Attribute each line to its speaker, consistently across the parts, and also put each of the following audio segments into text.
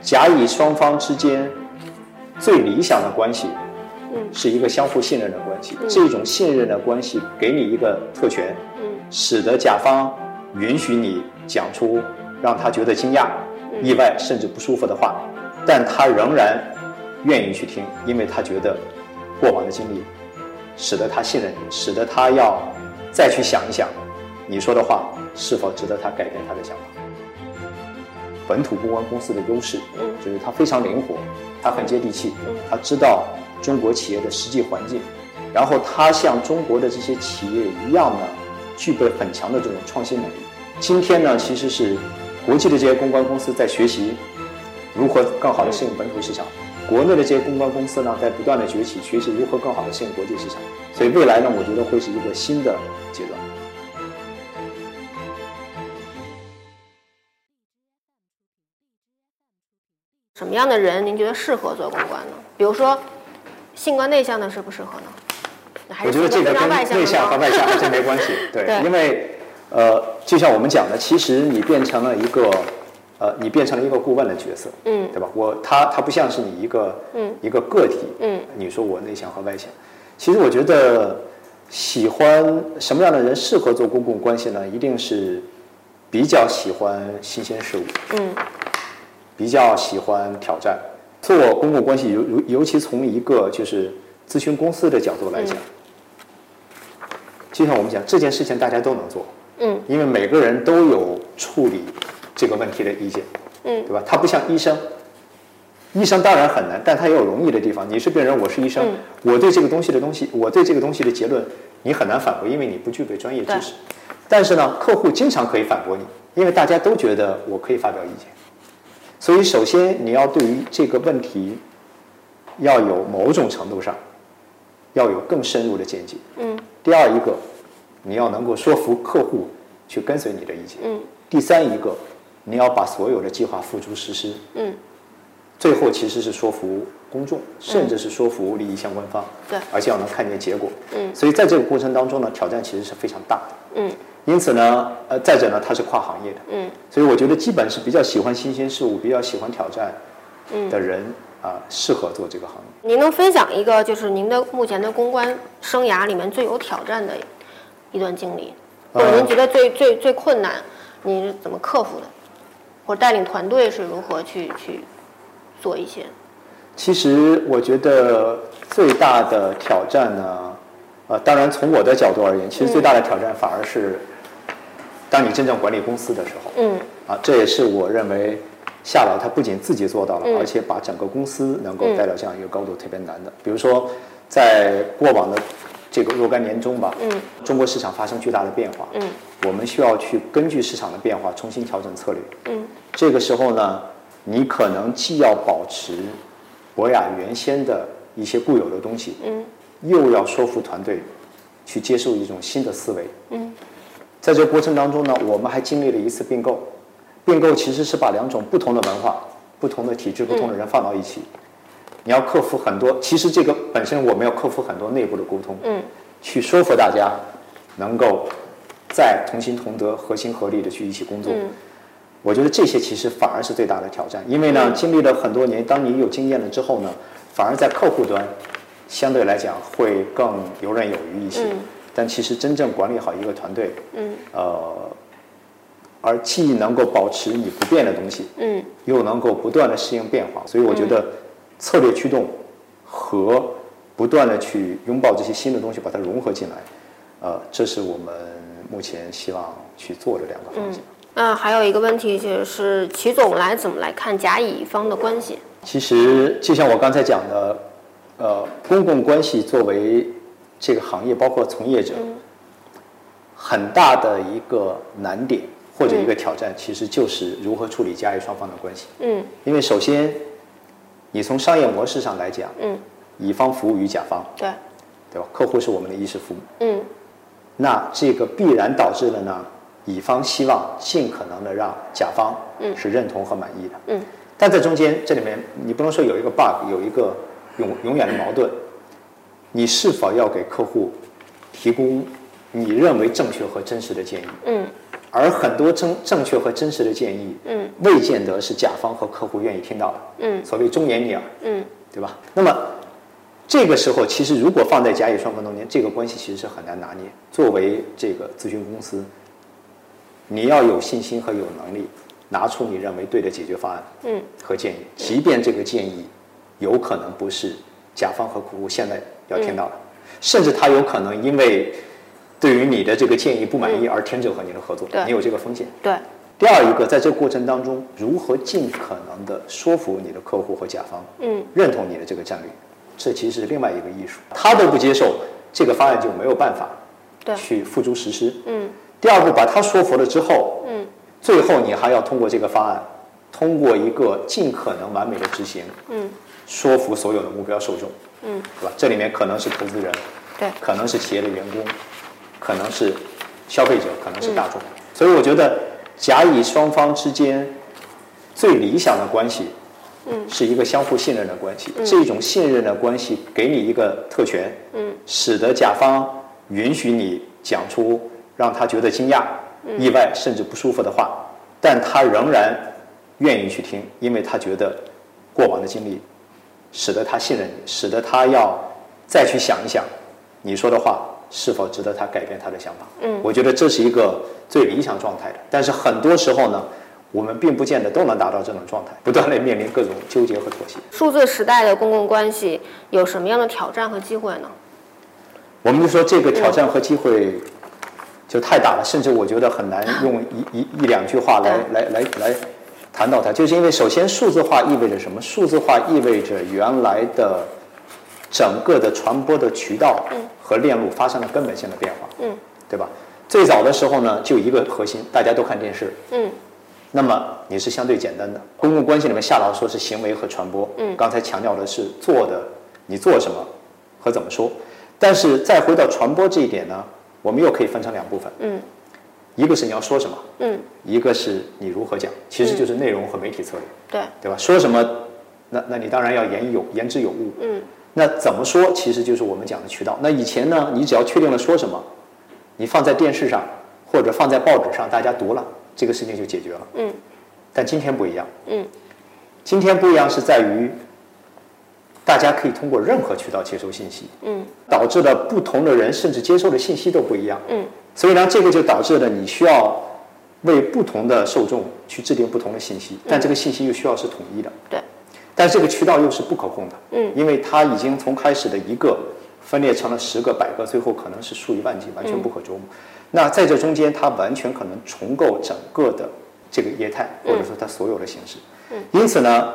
Speaker 1: 甲乙双方之间最理想的关系
Speaker 2: 嗯
Speaker 1: 是一个相互信任的关系，
Speaker 2: 嗯
Speaker 1: 这种信任的关系给你一个特权，
Speaker 2: 嗯
Speaker 1: 使得甲方允许你讲出让他觉得惊讶、
Speaker 2: 嗯
Speaker 1: 意外甚至不舒服的话，但他仍然愿意去听，因为他觉得过往的经历使得他信任你，使得他要再去想一想你说的话是否值得他改变他的想法。本土公关公司的优势
Speaker 2: 嗯
Speaker 1: 就是它非常灵活，它很接地气
Speaker 2: 嗯，
Speaker 1: 它知道中国企业的实际环境，然后它像中国的这些企业一样呢，具备很强的这种创新能力。今天呢，其实是国际的这些公关公司在学习如何更好的适应本土市场，
Speaker 2: 嗯
Speaker 1: 国内的这些公关公司呢，在不断的崛起，学习如何更好的适应国际市场。所以未来呢，我觉得会是一个新的阶段。
Speaker 2: 什么样的人您觉得适合做公关呢？比如说，性格内向的适不适合呢？还
Speaker 1: 我
Speaker 2: 是
Speaker 1: 觉得这
Speaker 2: 性格
Speaker 1: 个
Speaker 2: 非
Speaker 1: 跟
Speaker 2: 常外向的
Speaker 1: 内向和
Speaker 2: 呢
Speaker 1: 外向还真没关系，对，
Speaker 2: 对
Speaker 1: 因为呃，就像我们讲的，其实你变成了一个呃，你变成了一个顾问的角色，
Speaker 2: 嗯
Speaker 1: 对吧？我他他不像是你一个
Speaker 2: 嗯
Speaker 1: 一个个体，
Speaker 2: 嗯，
Speaker 1: 你说我内向和外向，其实我觉得喜欢什么样的人适合做公共关系呢？一定是比较喜欢新鲜事物，
Speaker 2: 嗯
Speaker 1: 比较喜欢挑战。做公共关系，尤尤尤其从一个就是咨询公司的角度来讲，
Speaker 2: 嗯
Speaker 1: 就像我们讲这件事情，大家都能做，
Speaker 2: 嗯
Speaker 1: 因为每个人都有处理这个问题的意见，
Speaker 2: 嗯
Speaker 1: 对吧？他不像医生，医生当然很难，但他也有容易的地方。你是病人，我是医生，
Speaker 2: 嗯
Speaker 1: 我对这个东西的东西，我对这个东西的结论，你很难反驳，因为你不具备专业知识。但是呢，客户经常可以反驳你，因为大家都觉得我可以发表意见。所以，首先你要对于这个问题，要有某种程度上，要有更深入的见解。
Speaker 2: 嗯
Speaker 1: 第二一个，你要能够说服客户去跟随你的意见。
Speaker 2: 嗯
Speaker 1: 第三一个，你要把所有的计划付诸实施。
Speaker 2: 嗯，
Speaker 1: 最后其实是说服公众，甚至是说服利益相关方。
Speaker 2: 对
Speaker 1: 而且要能看见结果。
Speaker 2: 嗯
Speaker 1: 所以在这个过程当中呢，挑战其实是非常大的。
Speaker 2: 嗯
Speaker 1: 因此呢，呃，再者呢，它是跨行业的。
Speaker 2: 嗯
Speaker 1: 所以我觉得基本是比较喜欢新鲜事物、比较喜欢挑战
Speaker 2: 嗯
Speaker 1: 的人啊、适合做这个行业。
Speaker 2: 您能分享一个就是您的目前的公关生涯里面最有挑战的一段经历，
Speaker 1: 呃
Speaker 2: 或者您觉得最最最困难，您是怎么克服的，或者带领团队是如何去去做一些？
Speaker 1: 其实我觉得最大的挑战呢，呃，当然从我的角度而言，
Speaker 2: 嗯
Speaker 1: 其实最大的挑战反而是当你真正管理公司的时候。
Speaker 2: 嗯
Speaker 1: 啊，这也是我认为夏老他不仅自己做到了，
Speaker 2: 嗯
Speaker 1: 而且把整个公司能够带到这样一个高度，特别难的。比如说，在过往的这个若干年中吧，
Speaker 2: 嗯
Speaker 1: 中国市场发生巨大的变化，
Speaker 2: 嗯
Speaker 1: 我们需要去根据市场的变化重新调整策略。
Speaker 2: 嗯
Speaker 1: 这个时候呢，你可能既要保持博雅原先的一些固有的东西，
Speaker 2: 嗯
Speaker 1: 又要说服团队去接受一种新的思维。
Speaker 2: 嗯
Speaker 1: 在这个过程当中呢，我们还经历了一次并购。并购其实是把两种不同的文化、不同的
Speaker 2: 嗯
Speaker 1: 体制、不同的人放到一起。你要克服很多，其实这个本身我们要克服很多内部的沟通，
Speaker 2: 嗯
Speaker 1: 去说服大家能够再同心同德、合心合力的去一起工作。
Speaker 2: 嗯
Speaker 1: 我觉得这些其实反而是最大的挑战，因为
Speaker 2: 嗯
Speaker 1: 呢，经历了很多年，当你有经验了之后呢，反而在客户端相对来讲会更游刃有余一些。
Speaker 2: 嗯
Speaker 1: 但其实真正管理好一个团队，
Speaker 2: 嗯
Speaker 1: 呃，而既能够保持你不变的东西，
Speaker 2: 嗯
Speaker 1: 又能够不断的适应变化，所以我觉得策略驱动和不断的去拥抱这些新的东西，把它融合进来，呃，这是我们目前希望去做的两个方向。
Speaker 2: 那啊还有一个问题就是，齐总来怎么来看甲乙方的关系？
Speaker 1: 其实就像我刚才讲的，呃，公共关系作为这个行业包括从业者、很大的一个难点或者一个挑战，其实就是如何处理甲乙双方的关系。
Speaker 2: 嗯
Speaker 1: 因为首先，你从商业模式上来讲，
Speaker 2: 嗯，
Speaker 1: 乙方服务于甲方，
Speaker 2: 对，
Speaker 1: 对吧？客户是我们的衣食父母，
Speaker 2: 嗯
Speaker 1: 那这个必然导致了呢，乙方希望尽可能的让甲方是认同和满意的。
Speaker 2: 嗯
Speaker 1: 但在中间这里面，你不能说有一个 bug，有一个永永远的矛盾。你是否要给客户提供你认为正确和真实的建议？
Speaker 2: 嗯
Speaker 1: 而很多正正确和真实的建议，
Speaker 2: 嗯，
Speaker 1: 未见得是甲方和客户愿意听到的。
Speaker 2: 嗯
Speaker 1: 所谓忠言逆耳，
Speaker 2: 嗯
Speaker 1: 对吧？那么这个时候，其实如果放在甲乙双方中间，这个关系其实是很难拿捏。作为这个咨询公司，你要有信心和有能力拿出你认为对的解决方案
Speaker 2: 嗯
Speaker 1: 和建议，即便这个建议有可能不是甲方和客户现在要听到的，甚至他有可能因为对于你的这个建议不满意而停止和你的合作，
Speaker 2: 对
Speaker 1: 你有这个风险。
Speaker 2: 对
Speaker 1: 第二一个，在这个过程当中，如何尽可能的说服你的客户和甲方
Speaker 2: 嗯
Speaker 1: 认同你的这个战略，这其实是另外一个艺术。他都不接受这个方案，就没有办
Speaker 2: 对
Speaker 1: 法去付诸实施。
Speaker 2: 嗯
Speaker 1: 第二步，把他说服了之后，
Speaker 2: 嗯
Speaker 1: 最后你还要通过这个方案，通过一个尽可能完美的执行，
Speaker 2: 嗯
Speaker 1: 说服所有的目标受众，
Speaker 2: 嗯
Speaker 1: 对吧？这里面可能是投资人，
Speaker 2: 对
Speaker 1: 可能是企业的员工，可能是消费者，可能是大众。
Speaker 2: 嗯
Speaker 1: 所以我觉得甲乙双方之间最理想的关系，
Speaker 2: 嗯，
Speaker 1: 是一个相互信任的关系。这种信任的关系给你一个特权，
Speaker 2: 嗯
Speaker 1: 使得甲方允许你讲出让他觉得惊讶、
Speaker 2: 嗯
Speaker 1: 意外甚至不舒服的话，但他仍然愿意去听，因为他觉得过往的经历使得他信任你，使得他要再去想一想你说的话是否值得他改变他的想法。
Speaker 2: 嗯
Speaker 1: 我觉得这是一个最理想状态的，但是很多时候呢。我们并不见得都能达到这种状态，不断的面临各种纠结和妥协。
Speaker 2: 数字时代的公共关系有什么样的挑战和机会呢？
Speaker 1: 我们就说这个挑战和机会就太大了，甚至我觉得很难用一一一两句话来来来来谈到它，就是因为首先数字化意味着什么？数字化意味着原来的整个的传播的渠道和链路发生了根本性的变化，
Speaker 2: 嗯
Speaker 1: 对吧？最早的时候呢，就一个核心，大家都看电视，
Speaker 2: 嗯
Speaker 1: 那么你是相对简单的。公共关系里面，夏老师说是行为和传播，
Speaker 2: 嗯
Speaker 1: 刚才强调的是做的，你做什么和怎么说。但是再回到传播这一点呢，我们又可以分成两部分，
Speaker 2: 嗯
Speaker 1: 一个是你要说什么，
Speaker 2: 嗯，
Speaker 1: 一个是你如何讲，其实就是内容和媒体策略，
Speaker 2: 对，
Speaker 1: 对吧？说什么，那那你当然要言有言之有物，
Speaker 2: 嗯
Speaker 1: 那怎么说，其实就是我们讲的渠道。那以前呢，你只要确定了说什么，你放在电视上或者放在报纸上，大家读了，这个事情就解决了。
Speaker 2: 嗯
Speaker 1: 但今天不一样。
Speaker 2: 嗯，
Speaker 1: 今天不一样是在于，大家可以通过任何渠道接收信息，
Speaker 2: 嗯
Speaker 1: 导致了不同的人甚至接收的信息都不一样。
Speaker 2: 嗯
Speaker 1: 所以呢，这个就导致了你需要为不同的受众去制定不同的信息，但这个信息又需要是统一的。
Speaker 2: 对，
Speaker 1: 但这个渠道又是不可控的，
Speaker 2: 嗯，
Speaker 1: 因为它已经从开始的一个分裂成了十个、百个，最后可能是数以万计，完全不可捉摸。那在这中间，它完全可能重构整个的这个业态，或者说它所有的形式。嗯，因此呢，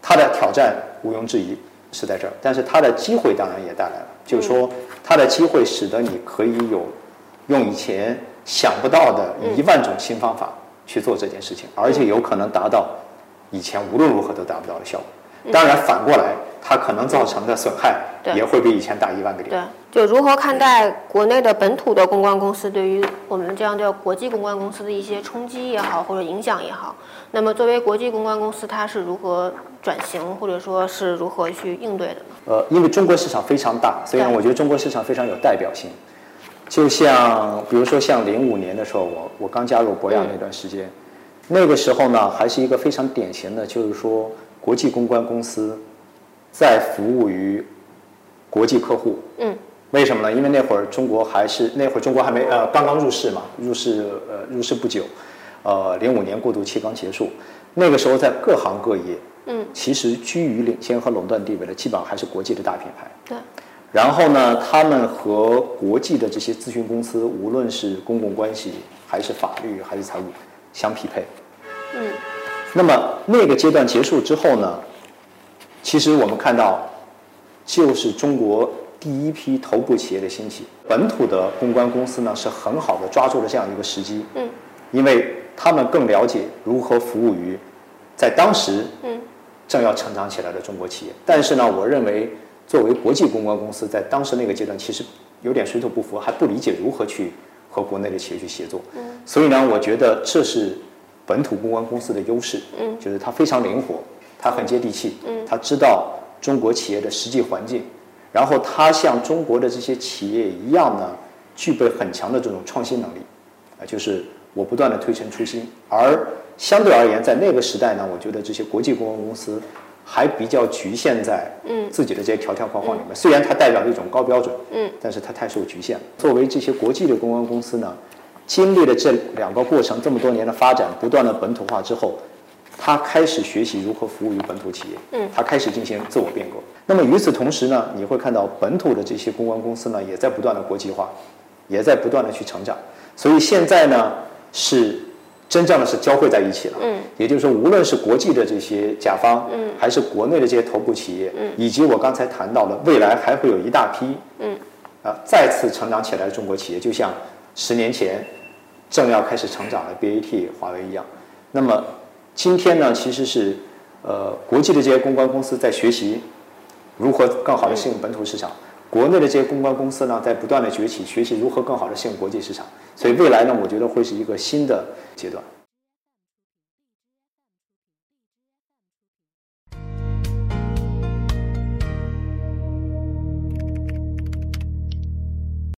Speaker 1: 它的挑战毋庸置疑是在这儿，但是它的机会当然也带来了，就是说它的机会使得你可以有用以前想不到的一万种新方法去做这件事情，而且有可能达到以前无论如何都达不到的效果。当然，反过来，它可能造成的损害
Speaker 2: 对
Speaker 1: 也会比以前大一万个点。
Speaker 2: 对，就如何看待国内的本土的公关公司对于我们这样的国际公关公司的一些冲击也好，或者影响也好？那么作为国际公关公司，它是如何转型，或者说是如何去应对的呢？
Speaker 1: 呃，因为中国市场非常大，所以呢，
Speaker 2: 对
Speaker 1: 我觉得中国市场非常有代表性。就像比如说像零五年的时候，我我刚加入博雅那段时间，那个时候呢，还是一个非常典型的，就是说国际公关公司在服务于国际客户。
Speaker 2: 嗯
Speaker 1: 为什么呢？因为那会儿中国还是那会儿中国还没呃刚刚入世嘛，入世呃入世不久，呃零五年过渡期刚结束，那个时候在各行各业，
Speaker 2: 嗯，
Speaker 1: 其实居于领先和垄断地位的，基本上还是国际的大品牌。
Speaker 2: 对，
Speaker 1: 然后呢，他们和国际的这些咨询公司，无论是公共关系还是法律还是财务相匹配。
Speaker 2: 嗯
Speaker 1: 那么那个阶段结束之后呢，其实我们看到，就是中国第一批头部企业的兴起，本土的公关公司呢是很好的抓住了这样一个时机，
Speaker 2: 嗯
Speaker 1: 因为他们更了解如何服务于在当时
Speaker 2: 嗯
Speaker 1: 正要成长起来的中国企业。但是呢，我认为作为国际公关公司，在当时那个阶段其实有点水土不服，还不理解如何去和国内的企业去协作。
Speaker 2: 嗯
Speaker 1: 所以呢，我觉得这是本土公关公司的优势，
Speaker 2: 嗯
Speaker 1: 就是它非常灵活，它很接地气，
Speaker 2: 嗯
Speaker 1: 它知道中国企业的实际环境，然后它像中国的这些企业一样呢，具备很强的这种创新能力，啊，就是我不断的推陈出新。而相对而言，在那个时代呢，我觉得这些国际公关公司还比较局限在自己的这些条条框框里面。虽然它代表了一种高标准，
Speaker 2: 嗯，
Speaker 1: 但是它太受局限了。作为这些国际的公关公司呢，经历了这两个过程这么多年的发展，不断的本土化之后，它开始学习如何服务于本土企业，
Speaker 2: 嗯，
Speaker 1: 它开始进行自我变革。那么与此同时呢，你会看到本土的这些公关公司呢，也在不断的国际化，也在不断的去成长。所以现在呢，是真正的是交汇在一起了。
Speaker 2: 嗯，
Speaker 1: 也就是说，无论是国际的这些甲方，
Speaker 2: 嗯，
Speaker 1: 还是国内的这些头部企业，
Speaker 2: 嗯，
Speaker 1: 以及我刚才谈到的，未来还会有一大批，
Speaker 2: 嗯，
Speaker 1: 啊，再次成长起来的中国企业，就像十年前正要开始成长的 BAT、华为一样。那么今天呢，其实是呃，国际的这些公关公司在学习如何更好的适应本土市场。国内的这些公关公司呢，在不断的崛起，学习如何更好的适应国际市场，所以未来呢，我觉得会是一个新的阶段。